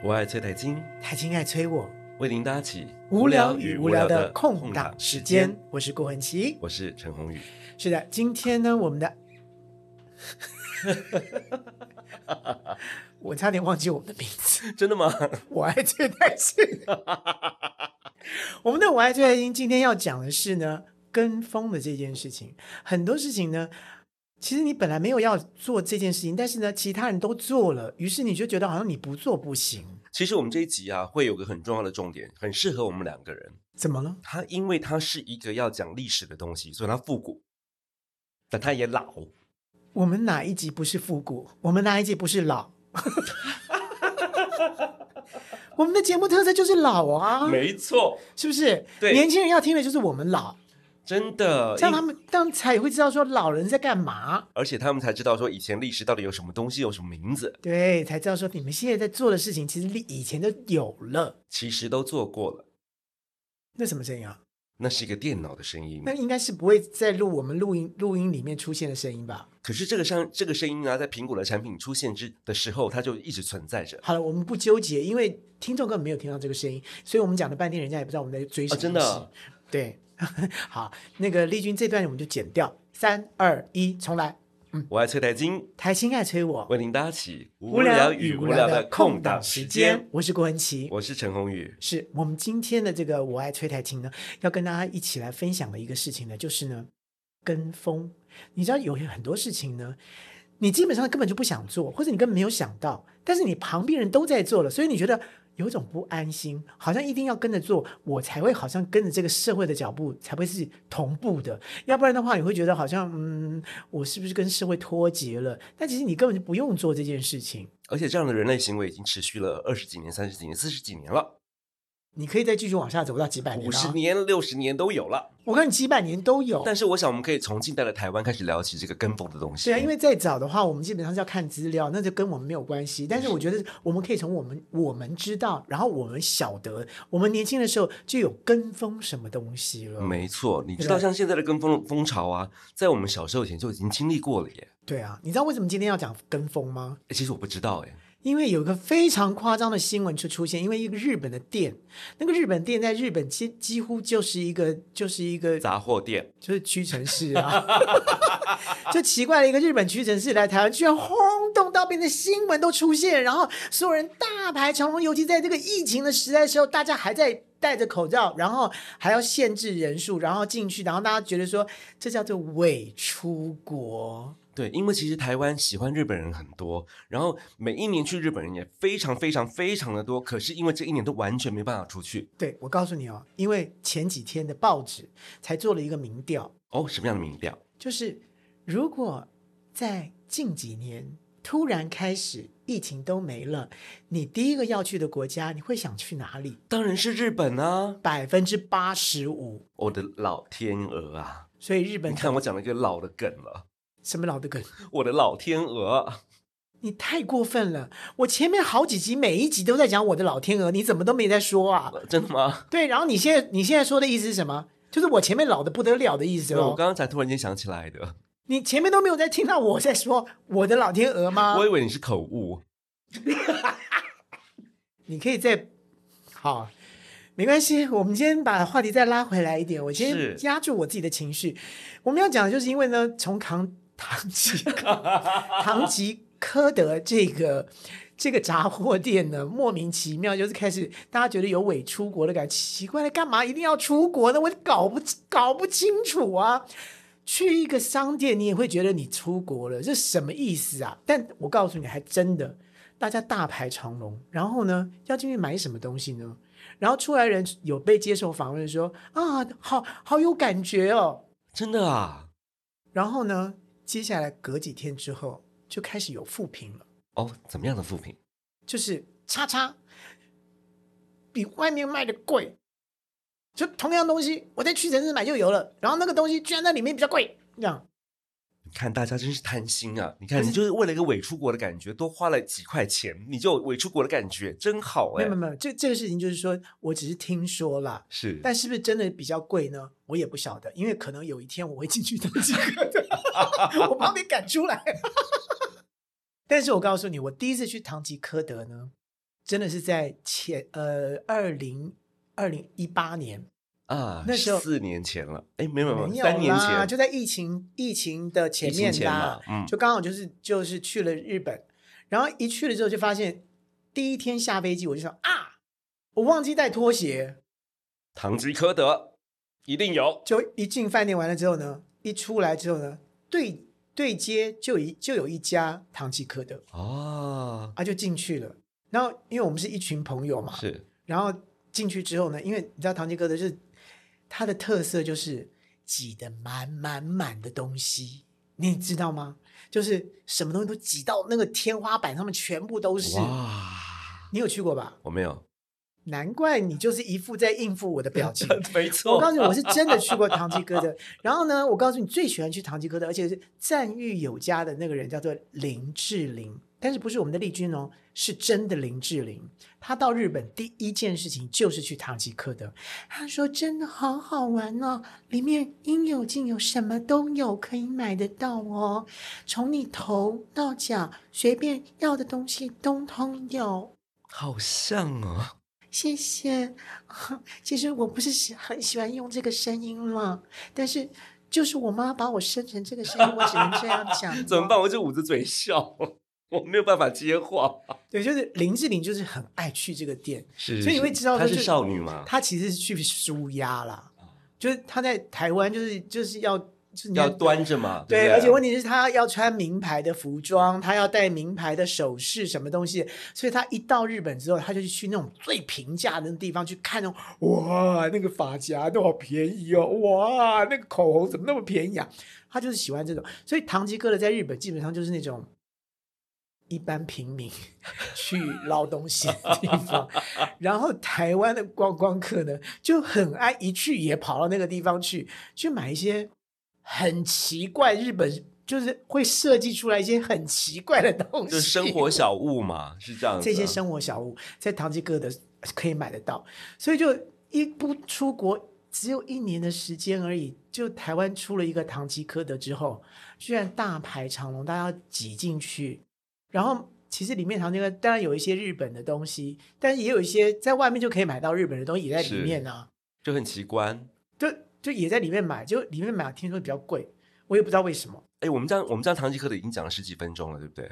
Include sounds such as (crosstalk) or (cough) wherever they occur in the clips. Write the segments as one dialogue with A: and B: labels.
A: 我爱崔台金，
B: 台金爱催我，
A: 为您搭起
B: 无聊与无聊的空档时间，我是顾恒奇。
A: 我是陈宏宇。
B: 是的，今天呢，我们的， (laughs) 我差点忘记我们的名字，
A: 真的吗？ (laughs)
B: 我爱最开心。 (laughs) 我们的我爱最开心今天要讲的是呢，跟风的这件事情，很多事情呢。其实你本来没有要做这件事情，但是呢，其他人都做了，于是你就觉得好像你不做不行，
A: 其实我们这一集啊，会有个很重要的重点，很适合我们两个人。
B: 怎么了？
A: 它因为它是一个要讲历史的东西，所以它复古，但它也老。
B: 我们哪一集不是复古？我们哪一集不是老？ (laughs) 我们的节目特色就是老啊，
A: 没错，
B: 是不是？
A: 对
B: 年轻人要听的就是我们老，
A: 真的
B: 这。样他
A: 因
B: 们这样才会知道说老人在干嘛，
A: 而且他们才知道说以前历史到底有什么东西，有什么名字，
B: 对，才知道说你们现在在做的事情其实以前都有了。
A: 其实都做过了。
B: 那什么声音啊？
A: 那是一个电脑的声音
B: 那，应该是不会在录我们录音录音里面出现的声音吧？
A: 可是这个声这个声音呢、啊在苹果的产品出现之的时候，它就一直存在着。
B: 好了，我们不纠结，因为听众根本没有听到这个声音，所以我们讲了半天，人家也不知道我们在追什
A: 哦
B: 么、
A: 真的，
B: 对， (laughs) 好，那个丽君这段我们就剪掉，三二一，重来。
A: 我爱崔台金，
B: 台新爱催我，
A: 为您搭起无聊与无聊的空档时间。，
B: 我是郭文琪。
A: 我是陈宏宇。
B: 是我们今天的这个“我爱崔台琴”呢，要跟大家一起来分享的一个事情呢，就是呢跟风。你知道有很多事情呢，你基本上根本就不想做，或者你根本没有想到，但是你旁边人都在做了，所以你觉得有一种不安心，好像一定要跟着做，我才会好像跟着这个社会的脚步才会是同步的，要不然的话你会觉得好像嗯，我是不是跟社会脱节了？但其实你根本就不用做这件事情。
A: 而且这样的人类行为已经持续了二十几年、三十几年、四十几年了，
B: 你可以再继续往下走到几百年、啊，
A: 五十年、六十年都有了。
B: 我看你几百年都有。
A: 但是我想，我们可以从近代的台湾开始聊起这个跟风的东西。
B: 对啊，因为再早的话，我们基本上是要看资料，那就跟我们没有关系。但是我觉得我们可以从我们我们知道，然后我们晓得，我们年轻的时候就有跟风什么东西了。
A: 没错，你知道
B: 对
A: 像现在的跟风风潮啊，在我们小时候以前就已经经历过了耶。
B: 对啊，你知道为什么今天要讲跟风吗？
A: 诶其实我不知道哎，
B: 因为有一个非常夸张的新闻就出现，因为一个日本的店，那个日本店在日本几几乎就是一个就是一个
A: 杂货店
B: 就是屈臣氏啊， (laughs) 就奇怪了一个日本屈臣氏来台湾，居然轰动到变成新闻都出现，然后所有人大排长龙，尤其在这个疫情的时代的时候，大家还在戴着口罩，然后还要限制人数，然后进去，然后大家觉得说这叫做伪出国。
A: 对，因为其实台湾喜欢日本人很多，然后每一年去日本人也非常非常非常的多，可是因为这一年都完全没办法出去
B: 对我告诉你哦，因为前几天的报纸才做了一个民调，
A: 哦。什么样的民调？
B: 就是如果在近几年突然开始疫情都没了，你第一个要去的国家，你会想去哪里？
A: 当然是日本啊！
B: 百分之八十五，
A: 我的老天鹅啊！
B: 所以日本
A: 你看我讲了一个老的梗了，
B: 什么老的梗，
A: 我的老天鹅，
B: 你太过分了！我前面好几集每一集都在讲我的老天鹅，你怎么都没在说啊？
A: 呃真的吗？
B: 对，然后你现在你现在说的意思是什么？就是我前面老的不得了的意思
A: 对，我
B: 哦。
A: 刚刚才突然间想起来的，
B: 你前面都没有在听到我在说我的老天鹅吗
A: 我？以为你是口误，
B: 你可以再好，没关系，我们今天把话题再拉回来一点。我今
A: 是
B: 天压住我自己的情绪。我们要讲的就是因为呢，从唐唐吉唐吉诃德这个这个杂货店呢，莫名其妙就是开始大家觉得有伪出国的感觉，奇怪了，干嘛一定要出国呢？我搞不搞不清楚啊。去一个商店，你也会觉得你出国了，这什么意思啊？但我告诉你，还真的，大家大排长龙，然后呢，要进去买什么东西呢？然后出来人有被接受访问说啊，好好有感觉哦。
A: 真的啊？
B: 然后呢，接下来隔几天之后就开始有负评了，
A: 哦，怎么样的复评？
B: 就是叉叉比外面卖的贵，就同样东西我在屈臣氏买就有了，然后那个东西居然在里面比较贵，这样
A: 你看大家真是贪心啊！你看你就是为了一个伪出国的感觉，多花了几块钱，你就有伪出国的感觉，真好
B: 没
A: 哎、
B: 有没有没有，这这个事情就是说我只是听说啦，
A: 是，
B: 但是不是真的比较贵呢？我也不晓得，因为可能有一天我会进去当几个的，我怕被 (laughs) 赶出来。但是我告诉你，我第一次去堂吉诃德呢，真的是在前呃二零二零一八年，
A: 啊，
B: 那时候
A: 四年前了，哎，没有没
B: 没
A: 有，
B: 有
A: 三年
B: 啦，
A: 前，
B: 就在疫情疫情的前
A: 疫情
B: 面
A: 前嘛
B: 啦，，
A: 嗯，
B: 就刚好就是就是去了日本，然后一去了之后就发现，第一天下飞机我就想啊，我忘记带拖鞋，
A: 堂吉诃德一定有，
B: 就一进饭店完了之后呢，一出来之后呢，对对街就一就有一家唐吉诃德
A: 哦，
B: 啊，就进去了。然后因为我们是一群朋友嘛，
A: 是
B: 然后进去之后呢，因为你知道唐吉诃德是它的特色就是挤得满满满的东西，你知道吗？就是什么东西都挤到那个天花板上面，全部都是。
A: 哇，
B: 你有去过吧？
A: 我没有，
B: 难怪你就是一副在应付我的表情。 (laughs)
A: 没
B: 我
A: 错
B: 告诉你，我是真的去过唐吉诃德。 (laughs) 然后呢，我告诉你，最喜欢去唐吉诃德，而且是赞誉有加的那个人叫做林志玲，但是不是我们的丽君哦，是真的林志玲。她到日本第一件事情就是去唐吉诃德，她说真的好好玩哦，里面应有尽有，什么都有，可以买得到哦，从你头到脚随便要的东西通通有。
A: 好像哦，。
B: 谢谢。 (laughs) 其实我不是喜很喜欢用这个声音了，但是就是我妈把我生成这个声音，我只能这样讲
A: (laughs) 怎么办？？我就捂着嘴笑，
B: (laughs)
A: 我没有办法接话，
B: 对，就是林志玲就是很爱去这个店，
A: 是
B: 所以你会知道
A: 她
B: 就是
A: 少女嘛，
B: 她其实是去舒压啦，
A: 啊
B: 就是她在台湾就是就是要就是你
A: 要端着嘛，
B: 对，
A: 不
B: 而且问
A: 题
B: 题是，她要穿名牌的服装，她要戴名牌的首饰，什么东西？所以她一到日本之后，她就去那种最平价的地方去看那种，哇，那个发夹都好便宜哦，哇，那个口红怎么那么便宜啊？她就是喜欢这种，所以唐吉诃德在日本基本上就是那种一般平民 (laughs) 去捞东西的地方，然后台湾的观光客呢就很爱一去也跑到那个地方去，去买一些很奇怪日本。就是会设计出来一些很奇怪的东西，
A: 就是生活小物嘛，是这样子啊，
B: 这些生活小物在唐吉诃德可以买得到，所以就一不出国只有一年的时间而已，就台湾出了一个唐吉诃德之后，居然大排长龙，大家要挤进去，然后。其实里面唐吉诃德当然有一些日本的东西，但也有一些在外面就可以买到日本的东西也在里面啊，
A: 就很奇观。
B: 就就也在里面买，就里面买听说比较贵，我也不知道为什么，
A: 哎，我们这样，我们这样，堂吉诃德已经讲了十几分钟了，对不对？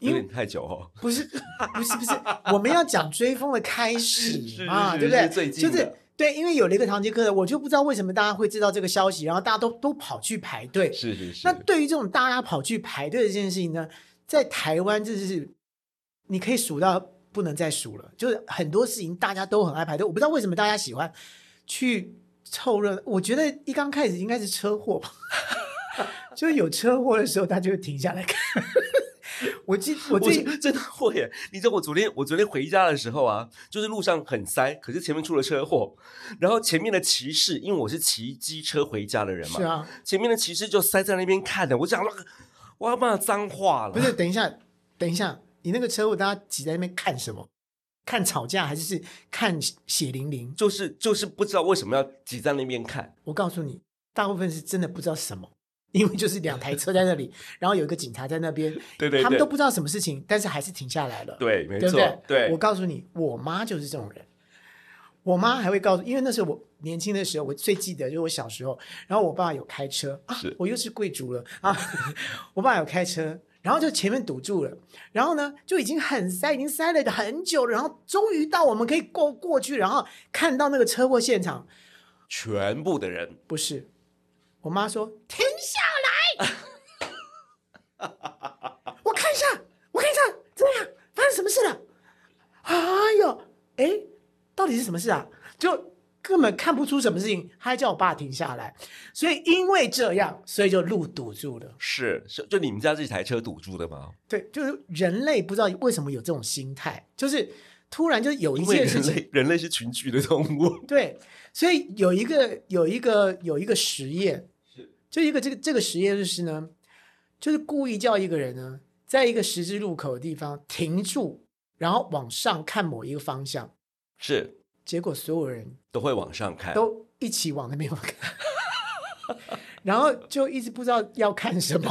A: 有
B: 因为
A: 点太久哦。
B: 不是不是不是，我们要讲追风的开始嘛，
A: 是是
B: 对不对？
A: 是最近
B: 就
A: 的
B: 是对，因为有了一个堂吉诃德，我就不知道为什么大家会知道这个消息，然后大家都都跑去排队。
A: 是是是
B: 那对于这种大家跑去排队的这件事情呢，在台湾就是你可以数到不能再数了，就是很多事情大家都很爱排队，我不知道为什么大家喜欢去凑热闹。我觉得一刚开始应该是车祸吧， (laughs) 就是有车祸的时候，他就会停下来看。 (laughs) 我记我
A: 我 (laughs)
B: 最
A: 真真的会耶！你知道我昨天我昨天回家的时候啊，就是路上很塞，可是前面出了车祸，然后前面的骑士，因为我是骑机车回家的人嘛，
B: 是啊，
A: 前面的骑士就塞在那边看的，我想说我要骂脏话了，
B: 不是，等一下，等一下，你那个车祸，大家挤在那边看什么？看吵架还是是看血淋淋？
A: 就是就是不知道为什么要挤在那边看，
B: 我告诉你，大部分是真的不知道什么， (laughs) 因为就是两台车在那里，然后有一个警察在那边，
A: (laughs) 对对
B: 他们
A: 对
B: 都不知道什么事情，但是还是停下来了，
A: 对，没
B: 对不
A: 错，
B: 对？
A: 对
B: 我告诉你，我妈就是这种人。我妈还会告诉，因为那时候我年轻的时候，我最记得就是我小时候，然后我爸有开车啊
A: 是，
B: 我又是贵族了啊， (laughs) 我爸有开车，然后就前面堵住了，然后呢就已经很塞，已经塞了很久了，然后终于到我们可以过过去，然后看到那个车祸现场，
A: 全部的人
B: 不是，我妈说停下来， (laughs) 我看一下，我看一下，怎么样？发生什么事了？哎呦，哎，到底是什么事啊？就根本看不出什么事情，还叫我爸停下来。所以因为这样，所以就路堵住了。
A: 是是就你们家这台车堵住的吗？
B: 对，就是人类不知道为什么有这种心态，就是突然就有一
A: 因为
B: 件事
A: 人
B: 情，
A: 类人类是群居的动物，
B: 对，所以有一个有一个有一个实验，
A: 是
B: 就一个这个这个实验就是呢，就是故意叫一个人呢，在一个十字路口的地方停住，然后往上看某一个方向，
A: 是
B: 结果所有人
A: 都会往上看，
B: 都一起往那边看。然后就一直不知道要看
A: (laughs)
B: 什么。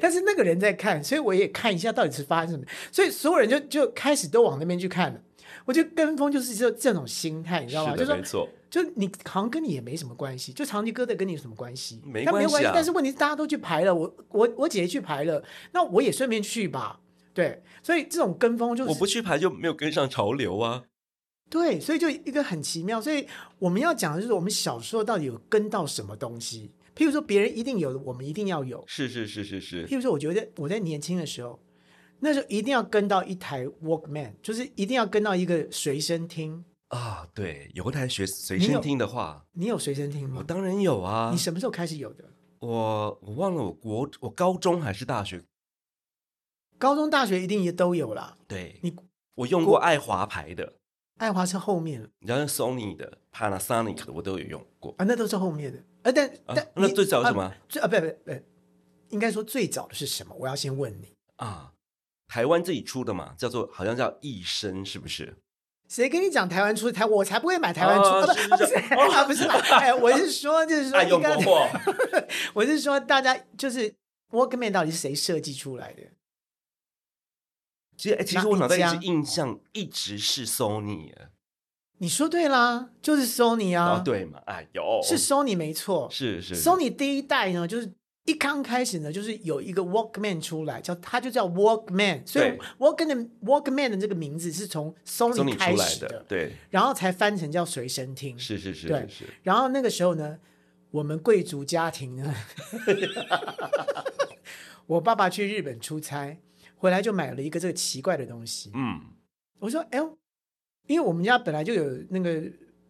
B: 但是那个人在看，所以我也看一下到底是发生什么，所以所有人就就开始都往那边去看了。我就跟风，就是这这种心态，你知道吗？
A: 是
B: 就
A: 的，
B: 说
A: 没错，
B: 就你好像跟你也没什么关系，就长期歌的跟你有什么关系？
A: 没
B: 但没有
A: 关
B: 关
A: 系啊
B: 但是问题是大家都去排了，我我我姐姐去排了，那我也顺便去吧。对，所以这种跟风就是
A: 我不去排就没有跟上潮流啊。
B: 对，所以就一个很奇妙。所以我们要讲的就是我们小时候到底有跟到什么东西？譬如说别人一定有的，我们一定要有。
A: 是是是是是，
B: 譬如说，我觉得我在年轻的时候，那时候一定要跟到一台 Walkman，就是一定要跟到一个随身听。
A: 啊，对，有台学随
B: 你
A: 身
B: 有
A: 听的话，
B: 你有随身听
A: 我
B: 吗？
A: 当然有啊
B: 你。什么时候开始有的？
A: 我我忘了我国我高中还是大学，
B: 高中、大学一定也都有啦。
A: 对
B: 你
A: 我用过爱华牌的，
B: 爱华是后面了
A: 你知道那 Sony 的、Panasonic 的，我都有用过。
B: 啊，那都是后面的。啊，但、
A: 啊
B: 但
A: 那
B: 你
A: 最早是什么
B: 啊最啊，不不不，应该说最早的是什么？我要先问你，
A: 啊，台湾自己出的嘛，叫做好像叫益生，是不是？
B: 谁跟你讲台湾出的台？我才不会买台湾出
A: 哦
B: 的，
A: 是
B: 啊不
A: 是
B: 是啊不是啦，哎，我是说就是说
A: (laughs) 爱
B: 应
A: 用国
B: 该，
A: 货
B: (laughs) 我是说大家就是 Walkman 到底是谁设计出来的？
A: 其实，哎其实
B: 哪
A: 我
B: 一
A: 脑袋里
B: 家
A: 是印象一直是 Sony 耶
B: 你说对啦，就是 Sony 啊，
A: 啊，对嘛？哎，有
B: 是 Sony 没错。
A: 是是
B: Sony 第一代呢，就是一刚开始呢，就是有一个 Walkman 出来，叫它就叫 Walkman，所以
A: 对
B: Walkman 的 Walkman 的这个名字是从 Sony
A: Sony
B: 开
A: 出来
B: 始
A: 的，对，
B: 然后才翻成叫随身听。
A: 是是是
B: 对
A: 是是，
B: 然后那个时候呢，我们贵族家庭
A: (laughs)
B: 呢，我爸爸去日本出差回来就买了一个这个奇怪的东西，
A: 嗯，
B: 我说，哎呦，因为我们家本来就有那个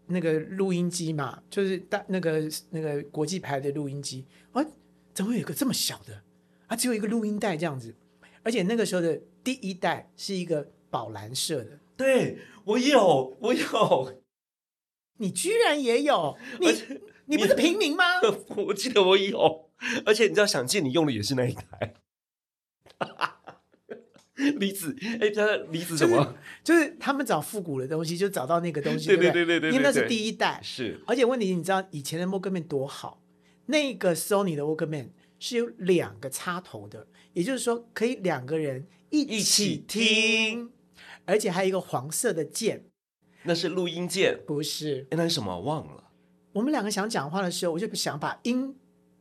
B: 那个录音机嘛，就是大那个那个国际牌的录音机，啊，怎么有一个这么小的？啊，只有一个录音带这样子，而且那个时候的第一代是一个宝蓝色的，
A: 对我有我有，
B: 你居然也有，你
A: 而且
B: 你不是平民吗？
A: 我记得我有，而且你知道，想见你用的也是那一台，离子，哎，它离子 (laughs) 什么？
B: 就是他们找复古的东西，就找到那个东西，
A: 对
B: 不
A: 对对对对
B: 因为那
A: 对
B: 是第一代，
A: 是
B: 而且问题，你知道以前的 Walkman 多好？那个 Sony 的 Walkman 是有两个插头的，也就是说可以两个人一
A: 一起听，
B: 而且还有一个黄色的键。
A: 那是录音键，
B: 不是，
A: 哎，那是什么？忘了，
B: 我们两个想讲话的时候，我就想把音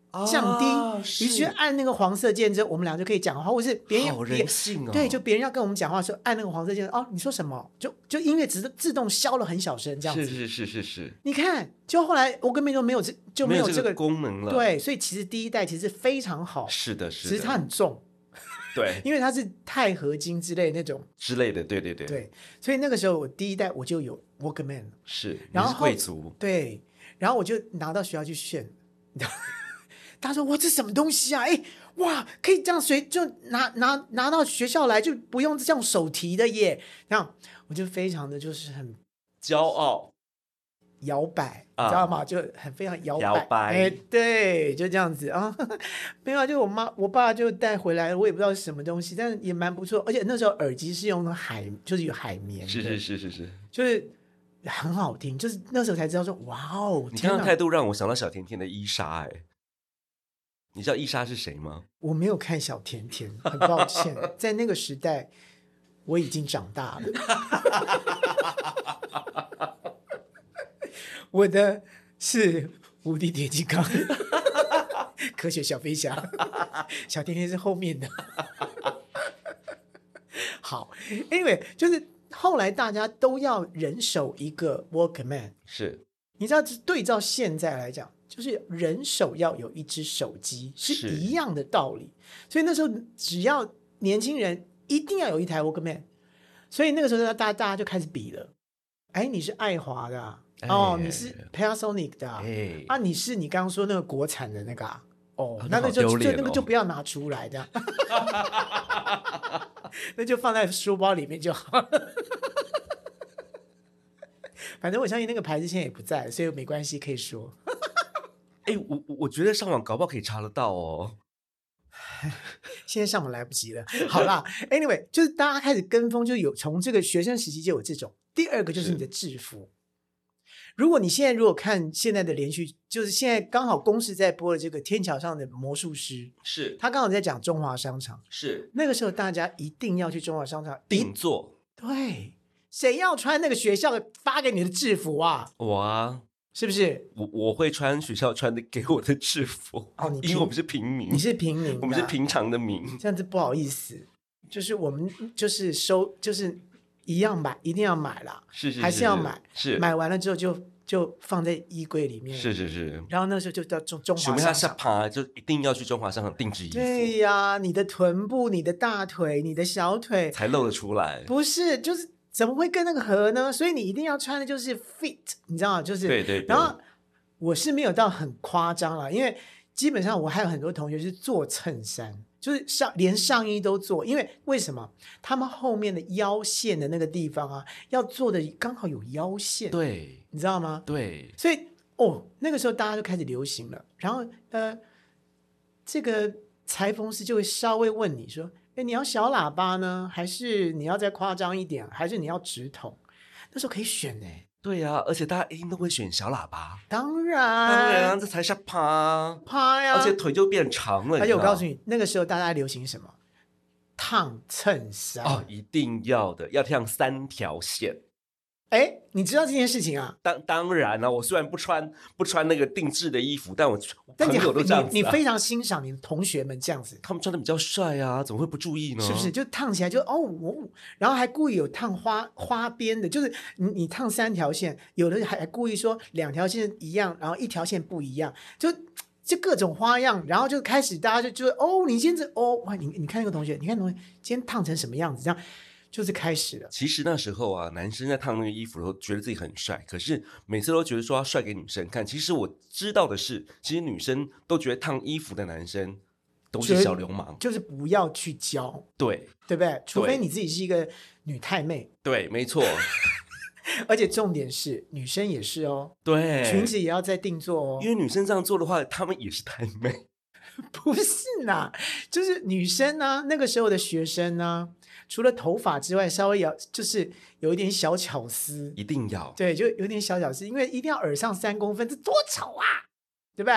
A: 啊
B: 降低，
A: 是
B: 于是按那个黄色键之后，我们俩就可以讲话，或是别人
A: 好
B: 别
A: 人性哦，
B: 对，就别人要跟我们讲话的时候，按那个黄色键，哦，你说什么？就就音乐自自动消了很小声，这样
A: 是
B: 子。
A: 是是是是，
B: 你看，就后来我根本就没有这就没
A: 有
B: 有这个
A: 功能了，，
B: 对，所以其实第一代其实非常好，
A: 是的，
B: 只
A: 是的，
B: 是它很重，
A: 对 (laughs)
B: 因为它是钛合金之类那种。
A: 之类的，对对对，
B: 对，所以那个时候我第一代我就有 Walkman，了
A: 是，你
B: 然
A: 是
B: 后
A: 贵族，
B: 对，然后我就拿到学校去炫， (laughs) 他说哇这什么东西啊？哎哇，可以这样随就拿拿拿到学校来，就不用这样手提的耶。然后我就非常的就是很
A: 骄傲，
B: 摇摆，
A: 啊
B: 你知道吗？就很非常摇摆。
A: 摇摆
B: 哎，对，就这样子啊。 (laughs) 没有啊，就我妈我爸就带回来，我也不知道是什么东西，但也蛮不错。而且那时候耳机是用那海，就是有海绵的，
A: 是是是是是。
B: 就是很好听。就是那时候才知道说，哇哦，
A: 你
B: 天
A: 刚刚
B: 哪！
A: 态度让我想到小甜甜的伊莎、哎，你知道伊莎是谁吗？
B: 我没有看小甜甜，很抱歉，在那个时代我已经长大了， (laughs) 我的是无敌铁金刚， (laughs) 科学小飞侠，小甜甜是后面的。好，Anyway，就是后来大家都要人手一个 Walkman，
A: 是
B: 你知道，对照现在来讲，就是人手要有一只手机是
A: 是
B: 一样的道理。所以那时候，只要年轻人一定要有一台 Walkman，所以那个时候大家大家就开始比了。哎，你是爱华的、啊哦，
A: 哎
B: 你是 Panasonic 的啊，
A: 哎
B: 啊，你是你刚刚说那个国产的那个啊，哦
A: 啊，
B: 那
A: 那
B: 个
A: 好
B: 就
A: 丢
B: 就
A: 脸
B: 那个
A: 哦
B: 就不要拿出来这样， (laughs) 那就放在书包里面就好了。 (laughs) 反正我相信那个牌子现在也不在，所以没关系，可以说。
A: 哎、我我我觉得上网搞不好可以查得到哦。
B: 现在上网来不及了。
A: (laughs)
B: 好啦，anyway，就是大家开始跟风，就有从这个学生时期就有这种。第二个就是
A: 是
B: 你的制服，如果你现在如果看现在的连续，就是现在刚好公视在播的这个《天桥上的魔术师》，
A: 是
B: 他刚好在讲中华商场。
A: 是
B: 那个时候大家一定要去中华商场，一
A: 定做
B: 对，谁要穿那个学校发给你的制服啊？
A: 我啊，
B: 是不是？
A: 我我会穿学校穿的给我的制服，
B: 哦，
A: (laughs)
B: 你
A: 因为
B: 平
A: 我们是平民，
B: 你是平民啊、
A: 嗯我们是平常的民，
B: 这样子不好意思，就是我们就是收就是一样买，一定要买啦。
A: 是是
B: 还是要买，
A: 是
B: 买完了之后就就放在衣柜里面。
A: 是是是，
B: 然后那时候就到中中
A: 什
B: 华
A: 么下
B: 商
A: 下
B: 场。
A: 趴就一定要去中华商场定制衣服，
B: 对呀、你的臀部、你的大腿、你的小腿，
A: 才露得出来。
B: 不是就是怎么会跟那个合呢？所以你一定要穿的就是 fit，你知道吗？就是
A: 对对对
B: 然后我是没有到很夸张了，因为基本上我还有很多同学是做衬衫，就是上连上衣都做，因为为什么？他们后面的腰线的那个地方啊，要做的刚好有腰线，
A: 对
B: 你知道吗？
A: 对，
B: 所以哦，那个时候大家就开始流行了。然后呃，这个裁缝师就会稍微问你说：“哎，你要小喇叭呢，还是你要再夸张一点，还是你要直筒？”那时候可以选呢、
A: 对呀、而且大家一定都会选小喇叭，
B: 当然，
A: 当然啊这才下趴啊，
B: 趴呀、
A: 而且腿就变长了。
B: 而且我告诉
A: 你
B: 你，那个时候大家流行什么？烫衬
A: 知
B: 衫
A: 道吗，哦，一定要的，要烫三条线。
B: 哎、你知道这件事情啊？
A: 当当然了、我虽然不穿不穿那个定制的衣服，但我
B: 但
A: 朋
B: 你
A: 友都这样子、啊
B: 你你非常欣赏你的同学们这样子，
A: 他们穿的比较帅啊，怎么会不注意呢？
B: 是不是？就烫起来就哦，我然后还故意有烫花花边的，就是你你烫三条线，有的还还故意说两条线一样，然后一条线不一样，就就各种花样，然后就开始大家就就哦，你今天这哦哇，你你看那个同学，你看同学今天烫成什么样子，这样就是开始了。
A: 其实那时候啊，男生在烫那个衣服的时候，觉得自己很帅，可是每次都觉得说要帅给女生看。其实我知道的是，其实女生都觉得烫衣服的男生都
B: 觉
A: 是
B: 得
A: 小流氓。
B: 就是不要去教，
A: 对
B: 对不对？除
A: 对
B: 非你自己是一个女太妹，
A: 对，没
B: (laughs)
A: 错，
B: 而且重点是女生也是哦，
A: 对
B: 裙子也要再定做哦。
A: 因为女生这样做的话，她们也是太妹。
B: (laughs) 不是啦，就是女生呢、那个时候的学生呢、除了头发之外，稍微要就是有一点小巧思，
A: 一定要
B: 对，就有点小巧思，因为一定要耳上三公分，这多丑啊，对不对？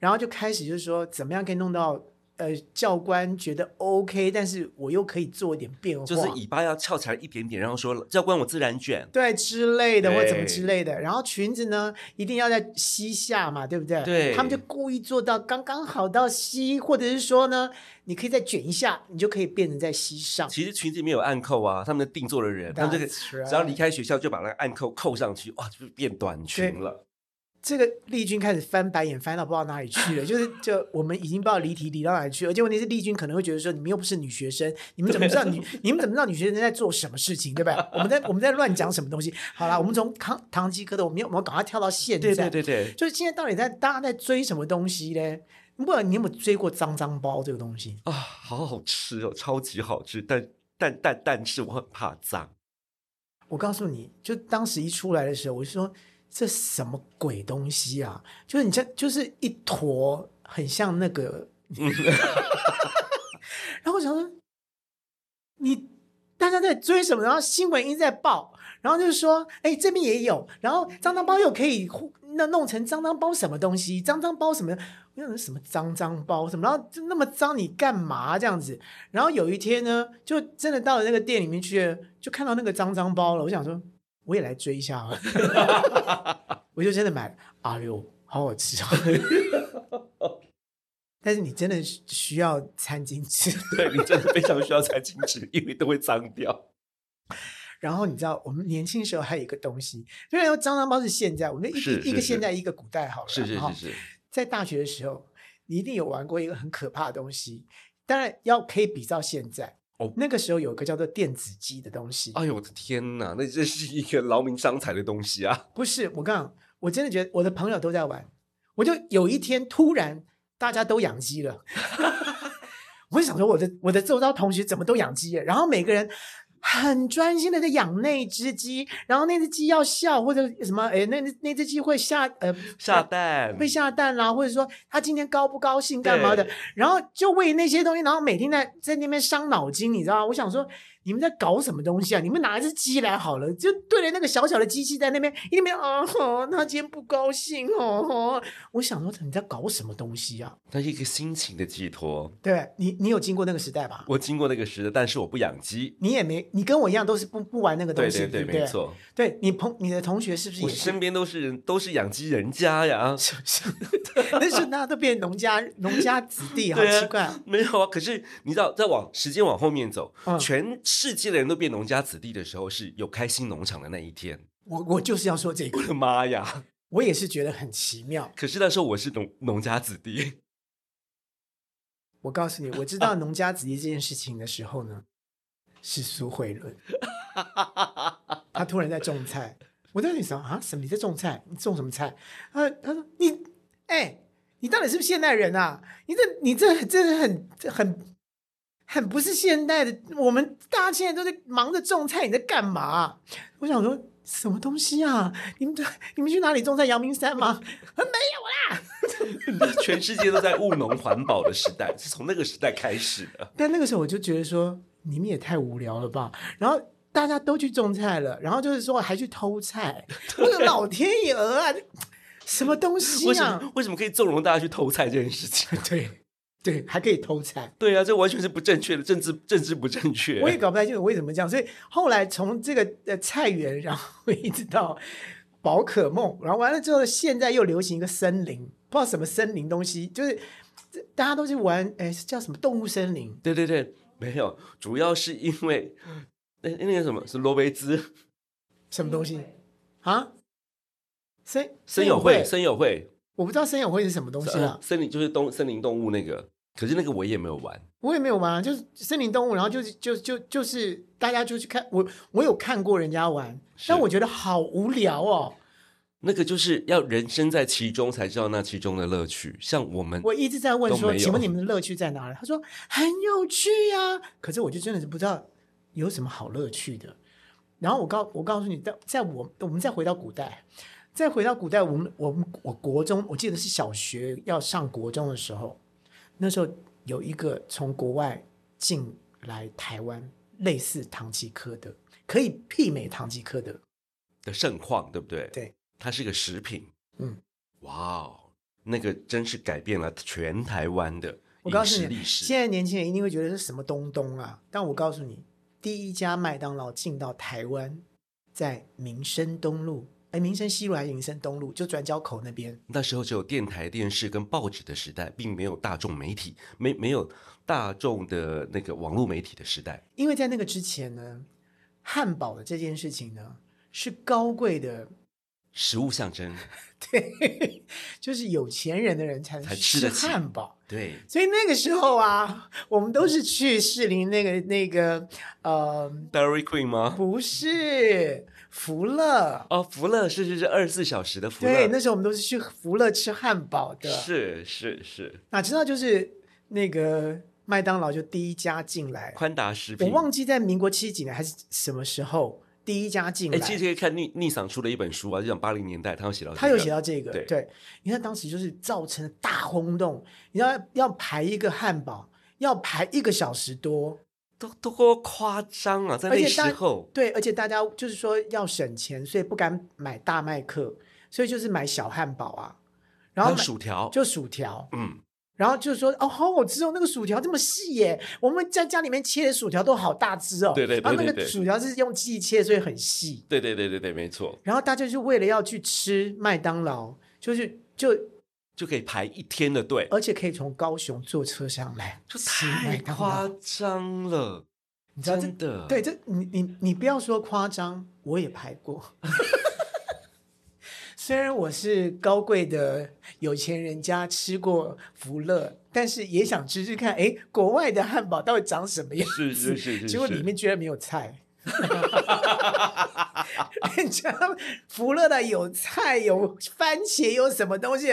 B: 然后就开始就是说，怎么样可以弄到呃教官觉得 OK，但是我又可以做一点变化，
A: 就是尾巴要翘起来一点点，然后说教官我自然卷。
B: 对之类的，或
A: 对
B: 怎么之类的。然后裙子呢，一定要在膝下嘛，对不对？
A: 对
B: 他们就故意做到刚刚好到膝，或者是说呢，你可以再卷一下，你就可以变成在膝上。
A: 其实裙子里面有暗扣啊，他们的定做的人，他们这个
B: That's right
A: 只要离开学校就把那个暗扣扣上去，哇，就变短裙了。
B: 这个丽君开始翻白眼，翻到不知道哪里
A: (laughs)
B: 去了。就是，就我们已经不知道离题离到哪里去了，而且问题是，丽君可能会觉得说，你们又不是女学生，你们怎么知道女， (laughs) 你们怎么知道女学生在做什么事情，对不对？我们在我们在乱讲什么东西？好啦，我们从唐唐吉诃德，我们要我们赶快跳到现
A: 对
B: 在。
A: 对对对，
B: 就是现在到底在大家在追什么东西嘞？不管你有没有追过脏脏包这个东西？
A: 啊，好好吃哦，超级好吃，但但但但是我很怕脏。 (laughs)
B: 我告诉你，就当时一出来的时候，我就说这什么鬼东西啊？就是你这就是一坨，很像那个。然后我想说，你大家在追什么？然后新闻一直在报，然后就是说，哎，这边也有，然后脏脏包又可以互那弄成脏脏包什么东西，脏脏包什么？我想说什么脏脏包什么？然后就那么脏，你干嘛这样子？然后有一天呢，就真的到了那个店里面去了，就看到那个脏脏包了。我想说，我也来追一下好了，
A: (laughs)
B: 我就真的买了。哎呦，好好吃啊！但是你真的需要餐巾纸。
A: 对你真的非常需要餐巾纸，因为都会脏掉。
B: 然后你知道，我们年轻时候还有一个东西，虽然说脏脏包是现在，我们一
A: 是
B: 一个
A: 是
B: 现在一个古代好了。
A: 是是
B: 哈
A: 是是，
B: 在大学的时候，你一定有玩过一个很可怕的东西，当然要可以比照现在。
A: 哦
B: 那个时候有一个叫做电子鸡的东西，
A: 哎呦我的天哪，那这是一个劳民伤财的东西啊！
B: 不是我刚，我真的觉得我的朋友都在玩，我就有一天突然大家都养鸡了， (laughs) 我就想说我的我的周遭同学怎么都养鸡了，然后每个人。很专心的在养那只鸡，然后那只鸡要笑或者什么，哎，那那那只鸡会下呃
A: 下蛋
B: 会下蛋啦，或者说他今天高不高兴干嘛的
A: 对，
B: 然后就为那些东西，然后每天在在那边伤脑筋，你知道吗？我想说，你们在搞什么东西啊？你们拿一只鸡来好了，就对着那个小小的机器在那边一边啊，吼他今天不高兴哦。吼我想说你在搞什么东西啊？
A: 它是一个心情的寄托。
B: 对你，你有经过那个时代吧？
A: 我经过那个时代，但是我不养鸡。
B: 你也没，你跟我一样都是不不玩那个东
A: 对
B: 西，
A: 对对，
B: 不
A: 没错，
B: 对你朋你的同学是不是
A: 我
B: 也是？
A: 身边都是人，都是养鸡人家呀。
B: 是不是？ (laughs) 那时候大家都变农家农家子弟，好
A: 对啊
B: 奇怪啊。
A: (laughs) 没有啊，可是你知道，再往时间往后面走，
B: 嗯
A: 全世界的人都变农家子弟的时候，是有开心农场的那一天。 (laughs)
B: 我我就是要说这个
A: 我，的妈呀！
B: 我也是觉得很奇妙。
A: 可是那时候我是农农家子弟， (laughs)
B: 我告诉你，我知道农家子弟这件事情的时候呢，是苏慧伦，他突然在种菜。我在那里想啊，什么？你在种菜？你种什么菜？啊，他说你，哎、你到底是不是现代人啊？你这你这真的很这很很不是现代的。我们大家现在都在忙着种菜，你在干嘛啊？我想说什么东西啊？你们你们去哪里种菜？阳明山吗？
A: 全世界都在务农环保的时代，是从那个时代开始的。
B: 但那个时候我就觉得说，你们也太无聊了吧。然后大家都去种菜了，然后就是说还去
A: (laughs)
B: 偷菜，我的老天爷啊，什么东
A: (laughs)
B: 西
A: 为什
B: 啊？
A: 么为什么可以纵容大家去偷菜这件事情？ (laughs)
B: 对对，还可以偷菜，
A: 对啊，这完全是不正确的，政治政治不正确。
B: 我也搞不太清楚为什么这样。所以后来从这个呃菜园，然后一直到宝可梦，然后完了之后，现在又流行一个森林，不知道什么森林东西，就是这大家都去玩，哎，叫什么动物森林？
A: 对对对，没有，主要是因为那那个什么是罗维兹
B: 什么东西啊？森
A: 森友会，森友会，
B: 我不知道森友会是什么东西啊
A: 呃，森林就是动森林动物那个，可是那个我也没有玩。
B: 我也没有玩啊，就是森林动物，然后就是就就就是大家就去看我，我有看过人家玩，
A: 是
B: 但我觉得好无聊哦。
A: 那个就是要人身在其中才知道那其中的乐趣。像我们，
B: 我一直在问
A: 都
B: 说，
A: 没有
B: 请问你们的乐趣在哪里？他说很有趣呀、可是我就真的是不知道有什么好乐趣的。然后我告我告诉你，在在我我们再回到古代，再回到古代，我们我们我国中，我记得是小学要上国中的时候，那时候有一个从国外进来台湾，类似唐吉诃德，可以媲美唐吉诃德，
A: 的盛况，对不对？
B: 对，
A: 它是个食品。
B: 嗯，
A: 哇哦，那个真是改变了全台湾的
B: 我告
A: 饮
B: 诉
A: 食
B: 你
A: 历，史。
B: 现在年轻人一定会觉得是什么东东啊！但我告诉你，第一家麦当劳进到台湾，在民生东路，哎，民生西路还是民生东路，就转角口那边。
A: 那时候只有电台、电视跟报纸的时代，并没有大众媒体，没没有大众的那个网络媒体的时代。
B: 因为在那个之前呢，汉堡的这件事情呢是高贵的， (laughs)
A: 食物象征，
B: 对，就是有钱人的人才能
A: 才
B: 去
A: 吃
B: 吃
A: 得起
B: 汉堡。
A: 对，
B: 所以那个时候啊，我们都是去士林那个那个，呃，
A: Dairy Queen 吗？
B: 不是福乐，
A: 哦，福乐是是是二十四小时的福乐，
B: 对，那时候我们都是去福乐吃汉堡的，
A: 是是是
B: 哪知道就是那个麦当劳就第一家进来，
A: 宽达食
B: 我
A: 品。
B: 忘记在民国七几年还是什么时候第一家进
A: 哎，
B: 来，
A: 其实可以看逆逆赏出了一本书啊，就讲八零年代，他有写到、
B: 他有写，到这个，
A: 对
B: 你看当时就是造成了大轰动，你要要排一个汉堡要排一个小时多，
A: 都都够夸张啊，在
B: 而
A: 那
B: 且
A: 时
B: 当
A: 候，
B: 对，而且大家就是说要省钱，所以不敢买大麦克，所以就是买小汉堡啊，然
A: 还
B: 后
A: 有
B: 买
A: 薯条，
B: 就薯条，
A: 嗯，
B: 然后就说哦，好好吃哦，那个薯条这么细耶，我们在家里面切的薯条都好大只哦。
A: 对对对
B: 然后
A: 对
B: 那个
A: 对
B: 薯条是用机器切，所以很细。
A: 对对对对对，没错，
B: 然后大家就为了要去吃麦当劳，就是就
A: 就可以排一天的队，
B: 而且可以从高雄坐车上来
A: 就
B: 吃
A: 太
B: 麦当
A: 夸
B: 劳。
A: 张了，
B: 你知道这
A: 真的，
B: 对，这你你你不要说夸张，我也排过。 (laughs) 虽然我是高贵的有钱人家吃过福乐，但是也想吃吃看，哎，国外的汉堡到底长什么样？
A: 是是是是，
B: 结果
A: 是
B: 里面居然没有菜。 (laughs) 人家福乐的有菜，有番茄，有什么东西？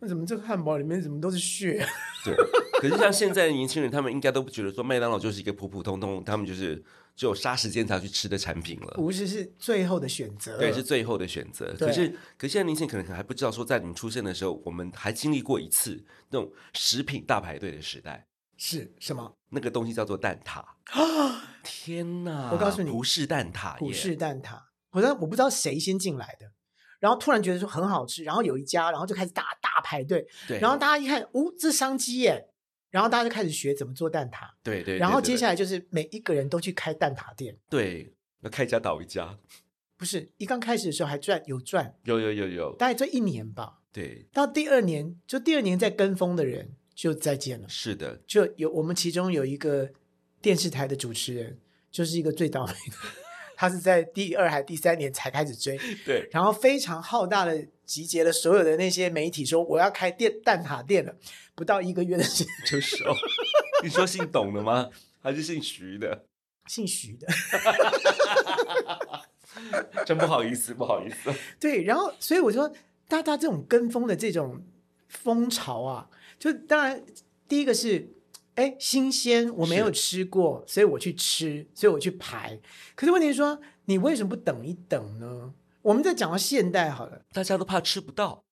B: 那怎么这个汉堡里面怎么都是血？
A: 对，可是像现在的年轻人，他们应该都不觉得说麦当劳就是一个普普通通，他们就是只有杀时间才去吃的产品了。
B: 不是，是最后的选择。
A: 对，是最后的选择。
B: 呃对
A: 可是，可是现在年轻人可能还不知道，说在你们出生的时候，我们还经历过一次那种食品大排队的时代。
B: 是什么？
A: 那个东西叫做蛋
B: (gasps)
A: 挞。天哪！
B: 我告诉你
A: 葡式蛋挞，
B: 葡式，蛋挞。我真的我不知道谁先进来的，然后突然觉得说很好吃，然后有一家，然后就开始大大排队，
A: 对，
B: 然后大家一看，哦，这商机耶，然后大家就开始学怎么做蛋挞，
A: 对对，
B: 然后
A: 对
B: 接下
A: 来
B: 来就是每一个人都去开蛋挞店，
A: 对，要开一家倒一家，
B: 不是一刚开始的时候还赚有赚，
A: 有有有有，
B: 大概这一年吧，
A: 对，
B: 到第二年就第二年再跟风的人就再见了，
A: 是
B: (laughs)
A: 的，
B: 就有我们其中有一个电视台的主持人就是一个最倒霉的， (laughs) 他是在第二还第三年才开始追，
A: 对，
B: 然后非常浩大的集结了所有的那些媒体，说我要开店蛋挞店了。不到一个月的时间，
A: 就是哦， (laughs) 你说姓董的吗？还是姓徐的？
B: 姓徐的， (laughs)
A: 真不好意思，不好意
B: (laughs)
A: 思，
B: 对，然后所以我说，大大这种跟风的这种风潮啊，就当然第一个是。哎，新鲜，我没有
A: 是
B: 吃过，所以我去吃，所以我去排。可是问题是说，你为什么不等一等呢？我们再讲到现代好了，
A: 大家都怕吃不到。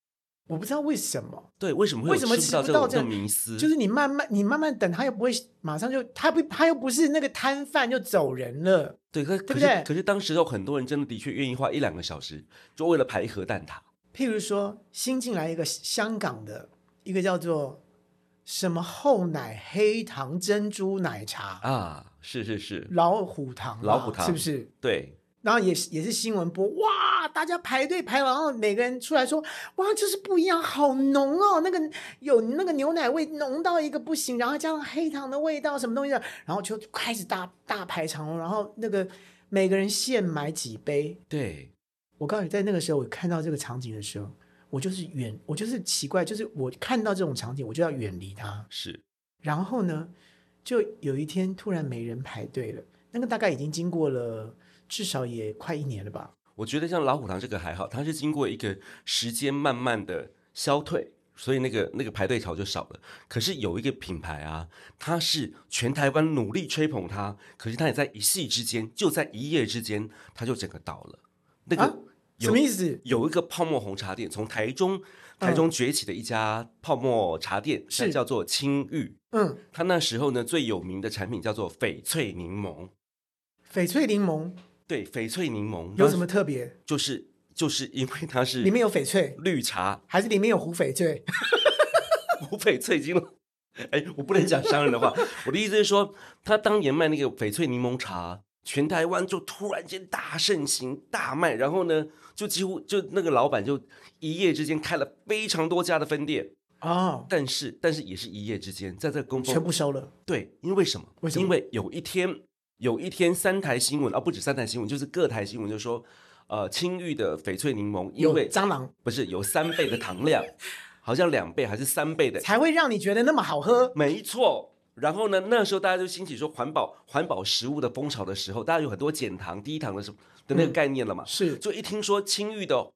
B: 我不知道为什么，
A: 对，为什么会
B: 为
A: 有
B: 什么
A: 吃不到
B: 吃
A: 这
B: 不
A: 种
B: 到
A: 这
B: 这
A: 种迷思？
B: 就是你慢慢，你慢慢等，他又不会马上就，他不，他又不是那个摊贩就走人了。
A: 对，可
B: 对
A: 可
B: 不
A: 是
B: 对
A: 可是当时有很多人真的的确愿意花一两个小时，就为了排一盒蛋挞。
B: 譬如说，新进来一个香港的一个叫做什么厚奶黑糖珍珠奶茶，
A: 啊，是是是，
B: 老虎糖啊，
A: 老虎糖
B: 是不是？
A: 对，
B: 然后也是也是新闻播，哇，大家排队排完，然后每个人出来说，哇，就是不一样，好浓哦，那个有那个牛奶味浓到一个不行，然后加上黑糖的味道，什么东西的，然后就开始大大排长龙，然后那个每个人现买几杯，
A: 对，
B: 我告诉你，在那个时候，我看到这个场景的时候，我就是远，我就是奇怪，就是我看到这种场景，我就要远离它。
A: 是，
B: 然后呢，就有一天突然没人排队了，那个大概已经经过了至少也快一年了吧。
A: 我觉得像老虎糖这个还好，它是经过一个时间慢慢的消退，所以那个那个排队潮就少了。可是有一个品牌啊，它是全台湾努力吹捧它，可是它也在一夕之间，就在一夜之间，它就整个倒了。那个、
B: 啊
A: 有
B: 什么意思？
A: 有一个泡沫红茶店，从台中台中崛起的一家泡沫茶店，
B: 嗯是
A: 它叫做青玉。
B: 嗯，
A: 它那时候呢最有名的产品叫做翡翠柠檬，
B: 翡翠柠檬
A: 对，翡翠柠檬
B: 有什么？特别？
A: 就是就是因为它
B: 里
A: 是
B: 面有翡翠，
A: 绿茶，
B: 还是里面有胡翡翠？
A: 无翡翠精了。哎，我不能讲商人的话，我的意思是说，他当年卖那个翡翠柠檬茶，全台湾就突然间大盛行、大卖，然后呢，就几乎就那个老板就一夜之间开了非常多家的分店。
B: 哦，
A: 但是但是也是一夜之间，在这个公
B: 全
A: 风
B: 部收了。
A: 对，因为什么？
B: 为什么
A: 因为有一天有一天三台新闻啊，不止三台新闻，就是各台新闻就说，呃，青玉的翡翠柠檬因
B: 有
A: 为
B: 蟑螂
A: 不是有三倍的糖
B: (laughs)
A: 量，好像两倍还是三倍的，
B: 才会让你觉得那么好喝。
A: 没错。然后呢，那时候大家就兴起说环保环保食物的风潮的时候，大家有很多减糖、低糖的什么的那个
B: 嗯
A: 概念了嘛，
B: 是，
A: 就一听说青玉的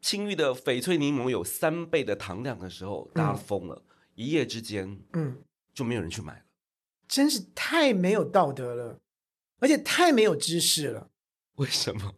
A: 青玉的翡翠柠檬有三倍的糖量的时候，大家
B: 嗯
A: 疯了，一夜之间
B: 嗯，
A: 就没有人去买了。
B: 真是太没有道德了，而且太没有知识了。
A: 为什
B: (laughs)
A: 么？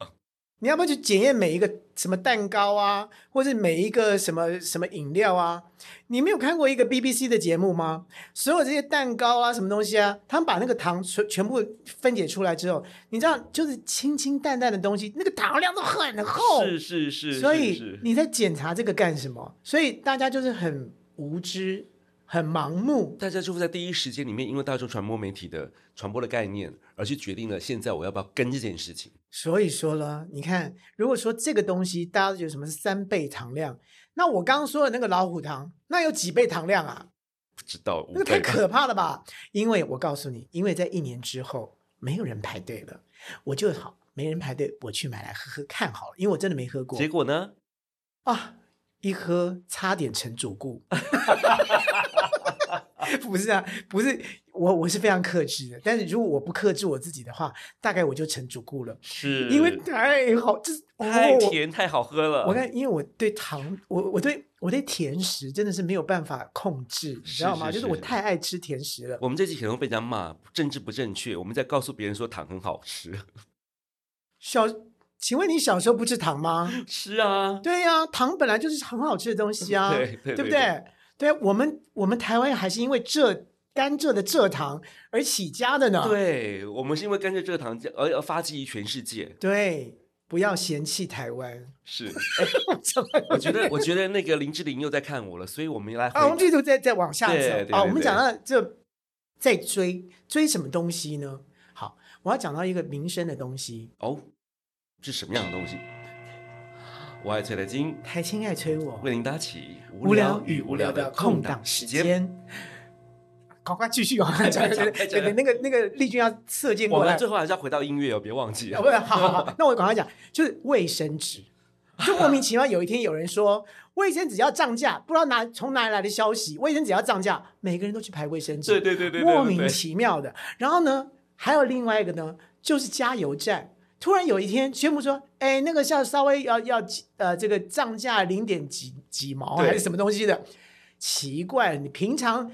B: 你要不要去检验每一个什么蛋糕啊，或是每一个什么什么饮料啊？你没有看过一个 BBC 的节目吗？所有这些蛋糕啊，什么东西啊，他们把那个糖全全部分解出来之后，你知道，就是清清淡淡的东西，那个糖量都很厚，
A: 是是是，
B: 所
A: 是
B: 以
A: 是
B: 你在检查这个干什么？所以大家就是很无知、很盲目，
A: 大家就会在第一时间里面，因为大众传播媒体的传播的概念，而去决定了现在我要不要跟这件事情。
B: 所以说呢，你看，如果说这个东西大家都觉得什么是三倍糖量，那我刚刚说的那个老虎糖，那有几倍糖量啊？
A: 不知道，五
B: 那个太
A: 倍吧
B: 可怕了吧？因为我告诉你，因为在一年之后没有人排队了，我就好没人排队，我去买来喝喝看好了，因为我真的没喝过
A: 结果呢？
B: 啊，一喝差点成主顾。 (laughs) 不是啊，不是我，我是非常克制的。但是如果我不克制我自己的话，大概我就成主顾了，
A: 是
B: 因为太好，就是哦
A: 太
B: 甜。
A: 甜、太好喝了。
B: 我看，因为我对糖，我我对我对甜食真的是没有办法控制，你知道吗？
A: 是是
B: 就是我
A: 是
B: 太爱吃甜食了。
A: 我们这期可能会被人家骂政治不正确，我们在告诉别人说糖很好吃。 (laughs)
B: 小，请问你小时候不吃糖吗？ (laughs)
A: 是啊，
B: 对呀、糖本来就是很好吃的东西啊，
A: 对对
B: 不
A: 对
B: 对？对我们我们台湾还是因为这甘蔗的蔗糖而起家的呢。
A: 对我们是因为跟着这个糖而而发迹于全世界。
B: 对不要嫌弃台湾。 (laughs)
A: 是， (laughs) 哎我觉得我觉得那个林志玲又在看我了，所以我们来
B: 啊，我们
A: 回
B: 这就再再往下
A: 对对
B: 走
A: 对
B: 啊。我们
A: 对
B: 讲到这，在追追什么东西呢？好，我要讲到一个民生的东西。
A: 哦，是什么样的东西？我爱崔德金
B: 台青爱催我，
A: 为您搭起
B: 无聊与无聊的空档时。间。赶快继续往下讲，
A: 哎讲
B: 对
A: 哎讲
B: 对，那个那个丽君要射箭
A: 我
B: 过来
A: 们，最后还是要回到音乐哦，别忘记
B: 啊，。不是，好好好，那我赶快讲，就是卫生纸，就莫名其妙有一天有人说卫生纸要涨价，不知道哪从哪里来的消息，卫生纸要涨价，每个人都去排卫生纸，
A: 对对对对对对
B: 莫名其妙的。然后呢，还有另外一个呢，就是加油站。突然有一天宣布说，哎，那个要稍微要要呃这个涨价零点几几毛
A: 对
B: 还是什么东西的，奇怪，你平常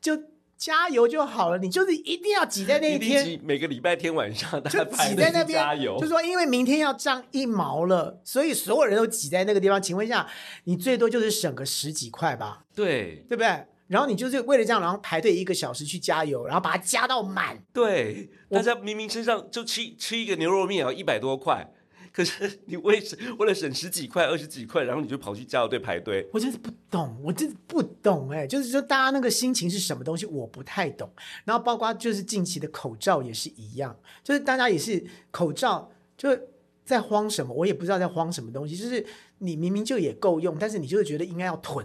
B: 就加油就好了，你就是一定要挤在那
A: 一
B: 天，
A: 定每个礼拜天晚上，大
B: 就
A: 家
B: 挤
A: 排
B: 在
A: 队
B: 那
A: 去加
B: 边，
A: 油
B: 就。说因为明天要涨一毛了，所以所有人都挤在那个地方。请问一下，你最多就是省个十几块吧，
A: 对
B: 对不对？然后你就是为了这样，然后排队一个小时去加油，然后把它加到满。
A: 对，大家明明身上就吃吃一个牛肉面也要一百多块，可是你为为了省十几块、二十几块，然后你就跑去加油队排队。
B: 我真是不懂，我真是不懂哎、就是说大家那个心情是什么东西，我不太懂。然后包括就是近期的口罩也是一样，就是大家也是口罩就在慌什么，我也不知道在慌什么东西。就是你明明就也够用，但是你就是觉得应该要囤。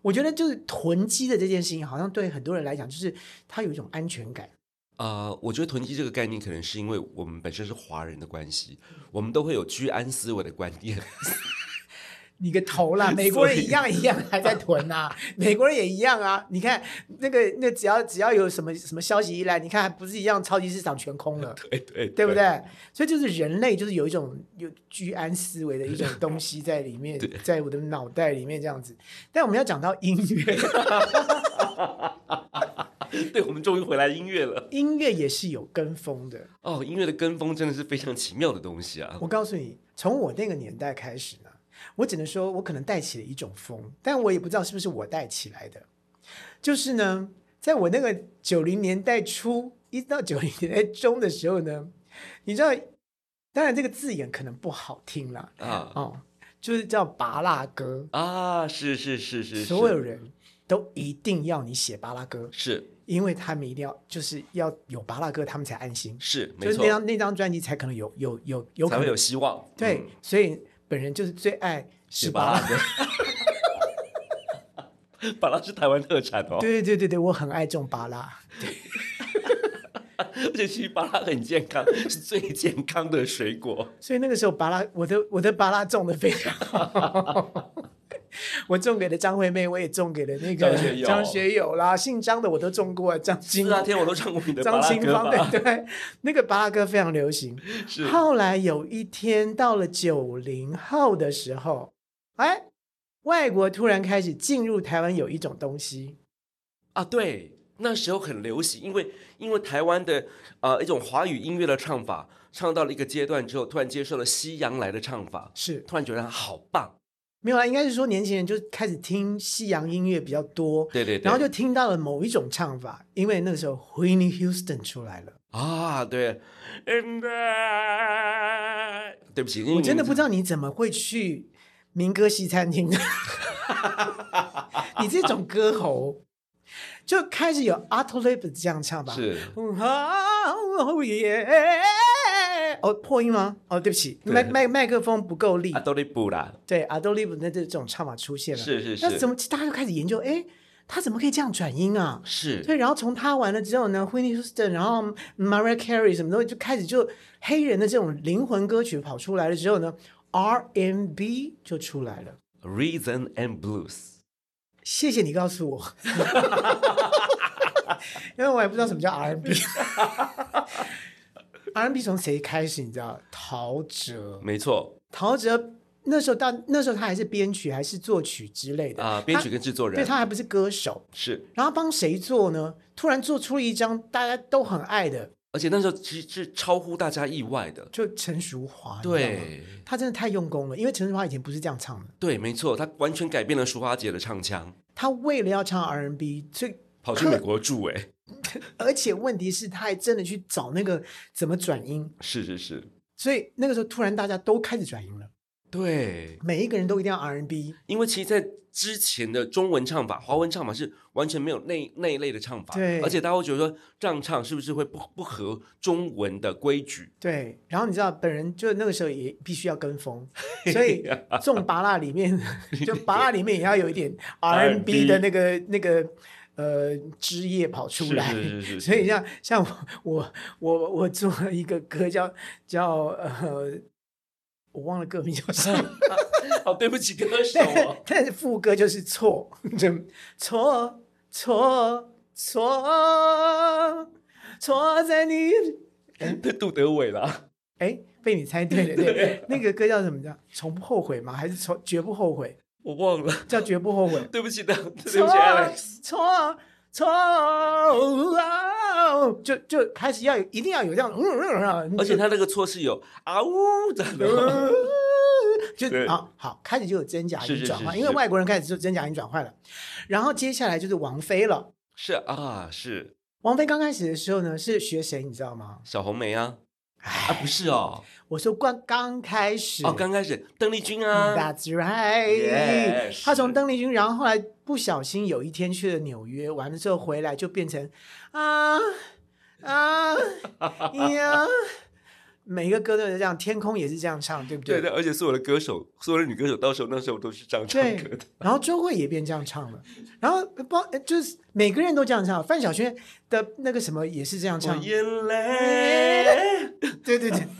B: 我觉得就是囤积的这件事情，好像对很多人来讲，就是它有一种安全感。
A: 啊，我觉得囤积这个概念，可能是因为我们本身是华人的关系，我们都会有居安思危的观念。 (laughs)
B: 你个头啦！美国人一样一样还在囤啊，美国人也一样啊。你看那个那只要只要有什么什么消息一来，你看还不是一样超级市场全空了，
A: 对对
B: 对不？对？所以就是人类就是有一种有居安思危的一种东西在里面，在我的脑袋里面这样子。但我们要讲到音乐， (laughs)
A: 对，我们终于回来音乐了。
B: 音乐也是有跟风的。
A: 哦，音乐的跟风真的是非常奇妙的东西啊！
B: 我告诉你，从我那个年代开始呢，我只能说我可能带起了一种风，但我也不知道是不是我带起来的。就是呢，在我那个九零年代初一直到九零年代中的时候呢，你知道，当然这个字眼可能不好听啦，
A: 啊
B: 哦，就是叫拔蜡歌，
A: 啊，是是是是，是
B: 所有人都一定要你写拔蜡歌，
A: 是
B: 因为他们一定要就是要有拔蜡歌，他们才安心，
A: 是没
B: 就是
A: 错
B: 那，张那张专辑才可能有有有有可
A: 才
B: 能
A: 会有希望。
B: 对，
A: 嗯，
B: 所以本人就是最爱
A: 是
B: 十八
A: 巴拉
B: 拉。
A: 的， (laughs) 巴拉是台湾特产哦，
B: 对对对对对，我很爱种巴拉。
A: 而且其实巴拉很健康，是最健康的水果。
B: 所以那个时候巴拉，我的我的巴拉种的非常好。 (laughs) 我种给了张惠妹，我也种给了那个
A: 张学友
B: 张学友啦，姓张的我都种过，张
A: 是啊
B: 清
A: 那天我都唱过你的巴
B: 张
A: 拉
B: 清
A: 歌
B: 芳
A: 吧？
B: 对对，那个巴拉歌非常流行。
A: (laughs)
B: (laughs)
A: 是
B: 后来有一天到了九零后的时候，哎，外国突然开始进入台湾有一种东西，
A: 啊，对，那时候很流行，因为因为台湾的呃一种华语音乐的唱法，唱到了一个阶段之后，突然接受了西洋来的唱法，
B: 是
A: 突然觉得它好棒。
B: 没有啊啦，应该是说年轻人就开始听西洋音乐比较多，
A: 对对对，
B: 然后就听到了某一种唱法，因为那个时候 Whitney Houston 出来了，
A: 啊，对，And I，对不起，因为
B: 我真的
A: 你
B: 不知道你怎么会去民歌西餐厅 (laughs) 的，你这种歌喉就开始有 Otto l i p 这样唱吧，
A: 是
B: 嗯哦耶，哦破音吗？哦对不起，
A: 对
B: 麦麦麦克风不够力
A: 阿，多利布啦，
B: 对 Otto l i p 那这种唱法出现了，
A: 是是是，
B: 那怎么大家就开始研究，哎，他怎么可以这样转音啊？
A: 是
B: 对，然后从他完了之后呢，Whitney Houston，然后 Mariah Carey 什么东西就开始就黑人的这种灵魂歌曲跑出来了之后呢，R&B 就出来了。
A: Reason and Blues？
B: 谢谢你告诉我， (laughs) 因为我也不知道什么叫 (laughs) R&B。R&B 从谁开始？你知道？陶喆，
A: 没错
B: 陶喆那时候到那时候他还是编曲还是作曲之类的，
A: 啊，编曲跟制作
B: 对
A: 人
B: 他还不是歌手。
A: 是，
B: 然后帮谁做呢？突然做出了一张大家都很爱的，
A: 而且那时候其实是超乎大家意外的，
B: 就陈淑华，你知道吗，
A: 对
B: 她真的太用功了，因为陈淑华以前不是这样唱的，
A: 对，没错，他完全改变了淑华姐的唱腔，
B: 她为了要唱 R&B，所以
A: 跑去美国住哎、
B: 而且问题是，他还真的去找那个怎么转音，
A: 是是是，
B: 所以那个时候突然大家都开始转音了，
A: 对，
B: 每一个人都一定要 R&B，
A: 因为其实，在之前的中文唱法、华文唱法是完全没有那那一类的唱法，
B: 对
A: 而且大家会觉得说这样唱是不是会不不合中文的规矩？
B: 对，然后你知道，本人就那个时候也必须要跟风，
A: (laughs)
B: 所以种拔蜡里面，就拔蜡里面也要有一点
A: R&B
B: R&B 的那个那个呃枝叶跑出来。
A: 是是是是 (laughs)
B: 啊所以像像我我我我做了一个歌叫叫呃，我忘了歌名叫
A: 啊
B: 什么，
A: 哦，对不起歌手、
B: 但
A: 哦，
B: 但是副歌就是错，就错错错错在你
A: (laughs) 对杜德伟啦，
B: 哎，被你猜对了，对，那个歌叫什么叫？从不后悔吗？还是从绝不后悔？
A: 我忘了，。
B: 叫绝不后悔
A: 对不起的， (laughs) 对不起
B: 错
A: Alex，
B: 错错，就就开始要有，一定要有这样，嗯嗯嗯，
A: 而且他那个错是有啊呜这样的
B: (laughs)
A: 哦，
B: 就
A: 对
B: 好好开始就有真假
A: 是
B: 音
A: 是
B: 转
A: 是
B: 换，
A: 是
B: 因为外国人开始就真假音转换了，然后接下来就是王菲了。
A: 是啊，是
B: 王菲刚开始的时候呢，是学谁你知道吗？
A: 小红梅啊，啊不是哦，
B: 我说刚刚开始
A: 哦刚开始邓丽君啊，
B: That's right。
A: Yes
B: 他从邓丽君，然后后来不小心有一天去了纽约，完了之后回来就变成啊
A: (laughs)
B: 啊呀，每个歌都是这样，天空也是这样唱，对不
A: 对
B: 对？
A: 对，而且所有的歌手，所有的女歌手，到时候那时候都是这样唱歌的，
B: 然后周慧也变这样唱了，然后包呃就是每个人都这样唱，范晓萱的那个什么也是这样
A: 我
B: 唱，
A: 眼泪。
B: (laughs) 对对对。 (laughs)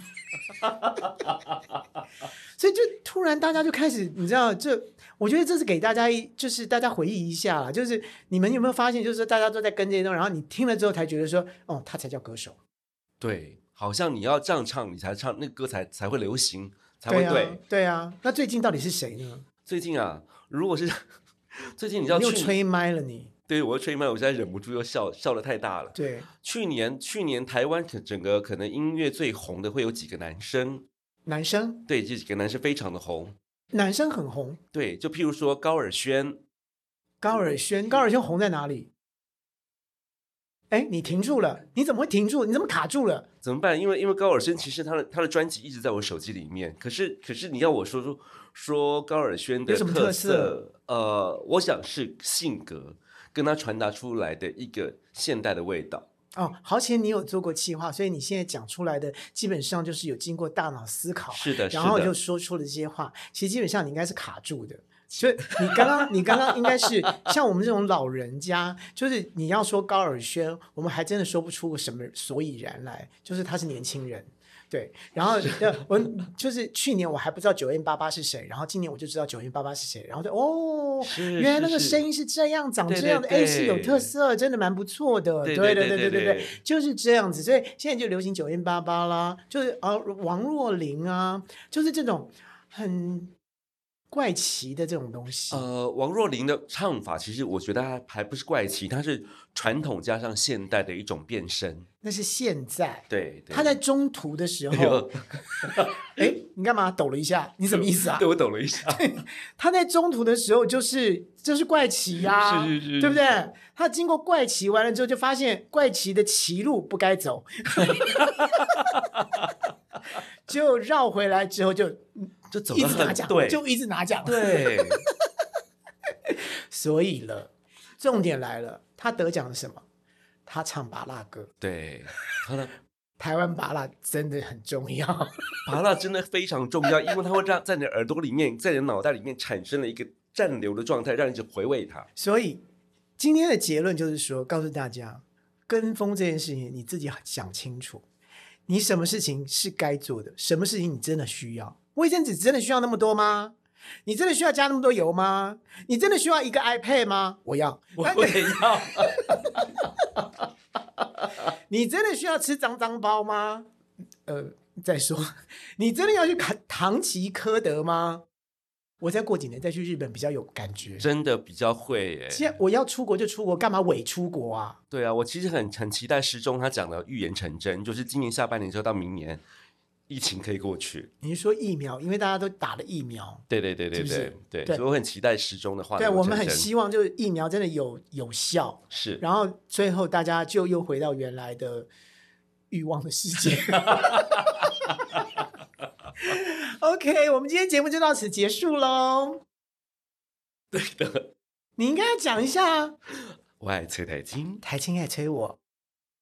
B: 所以就突然大家就开始，你知道，这我觉得这是给大家一，就是大家回忆一下啦，就是你们有没有发现，就是大家都在跟这些东西，然后你听了之后才觉得说，哦，他才叫歌手，
A: 对，好像你要这样唱，你才唱那个歌才才会流行，才会
B: 对
A: 对。
B: 啊，对啊。那最近到底是谁呢？
A: 最近啊，如果是 (laughs) 最近你知道
B: 你又
A: 去年，
B: 吹麦了你，
A: 对我又吹麦，我现在忍不住又笑笑的太大了。
B: 对，
A: 去年去年台湾可整个可能音乐最红的会有几个男生，
B: 男生，
A: 对，这几个男生非常的红，
B: 男生很红，
A: 对，就譬如说高尔宣，
B: 高尔宣，高尔宣红在哪里？哎，你停住了，你怎么会停住？你怎么卡住了？
A: 怎么办？因为因为高尔宣其实他的他的专辑一直在我手机里面，可是可是你要我说说说高尔宣的
B: 有什么
A: 特
B: 特色
A: 呃，我想是性格跟他传达出来的一个现代的味道。
B: 哦，好险你有做过企划，所以你现在讲出来的基本上就是有经过大脑思考，
A: 是的，是
B: 哦然后就
A: 的，
B: 说出了这些话。其实基本上你应该是卡住的，所以你刚刚你刚刚应该是像我们这种老人家，就是你要说高尔宣，我们还真的说不出个什么所以然来，就是他是年轻人。对，然后对我就是去年我还不知道九 N 八八是谁，然后今年我就知道九 N 八八是谁，然后就哦，
A: 是
B: 原来那个
A: 是是
B: 声音是这样，长
A: 对
B: 这
A: 对
B: 样的，哎，是有
A: 对
B: 特色，真的蛮不错的。
A: 对
B: 对
A: 对对对
B: 对对
A: 对，
B: 就是这样子。所以现在就流行九零八八啦，就是啊，王若琳啊，就是这种很怪奇的这种东西。
A: 呃，王若琳的唱法其实我觉得她还不是怪奇，她是传统加上现代的一种变身。
B: 那是现在，
A: 对，对
B: 他在哦中途的时
A: 哎
B: 候
A: 呦，
B: 哎，你干嘛抖了一下？你什么意思啊
A: 对？我抖了一下，
B: 他在中途的时候就是就是怪奇呀、
A: 是是是
B: 对不对？他经过怪奇完了之后，就发现怪奇的歧路不
A: (laughs)
B: 该走，就绕回来之后就
A: 就走
B: 一
A: 到
B: 直拿
A: 很 (laughs)
B: 奖，
A: 对，
B: 就一直拿奖。 (laughs)
A: 对，
B: 所以了，重点来了，他得奖了什么？他唱巴拉歌，
A: 对，她的
B: 台湾巴拉真的很重要。 (laughs)
A: 拔蜡真的非常重要，因为它会让在你的耳朵里面，在你的脑袋里面产生了一个暂留的状态，让你一直回味它。
B: 所以今天的结论就是说，告诉大家，跟风这件事情你自己想清楚，你什么事情是该做的，什么事情你真的需要。卫生纸真的需要那么多吗？你真的需要加那么多油吗？你真的需要一个 iPad 吗？我要。
A: 我我也要，
B: 你真的需要吃脏脏包吗？呃，再说， (laughs) 你真的要去看唐吉诃德吗？我再过几年再去日本比较有感觉。
A: (laughs) 真的比较会耶、
B: 现在我要出国就出国，干嘛伪出国啊？
A: 对啊，我其实很很期待时钟他讲的预言成真，就是今年下半年之后到明年，疫情可以过去。
B: 你是说疫苗？因为大家都打了疫苗，
A: 对对对对
B: 是不
A: 对
B: 是
A: 对，
B: 对
A: 所以我很期待时钟的话，
B: 对我们很希望就是疫苗真的有有效，
A: 是
B: 然后最后大家就又回到原来的欲望的世 (laughs) 界。OK，我们今天节目就到此结束喽。对的，你应该讲一下
A: (laughs) 我爱崔台金，
B: 台青爱催我，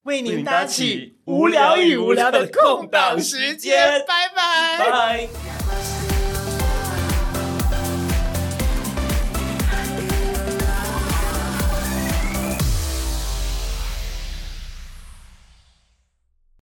B: 为
A: 为
B: 您
A: 您
B: 搭
A: 搭
B: 起
A: 起
B: 无
A: 无
B: 聊
A: 聊
B: 与
A: 与
B: 无
A: 无聊
B: 聊的
A: 的
B: 空
A: 空
B: 档
A: 档
B: 时
A: 时
B: 间
A: 间，
B: 拜拜。
A: 拜。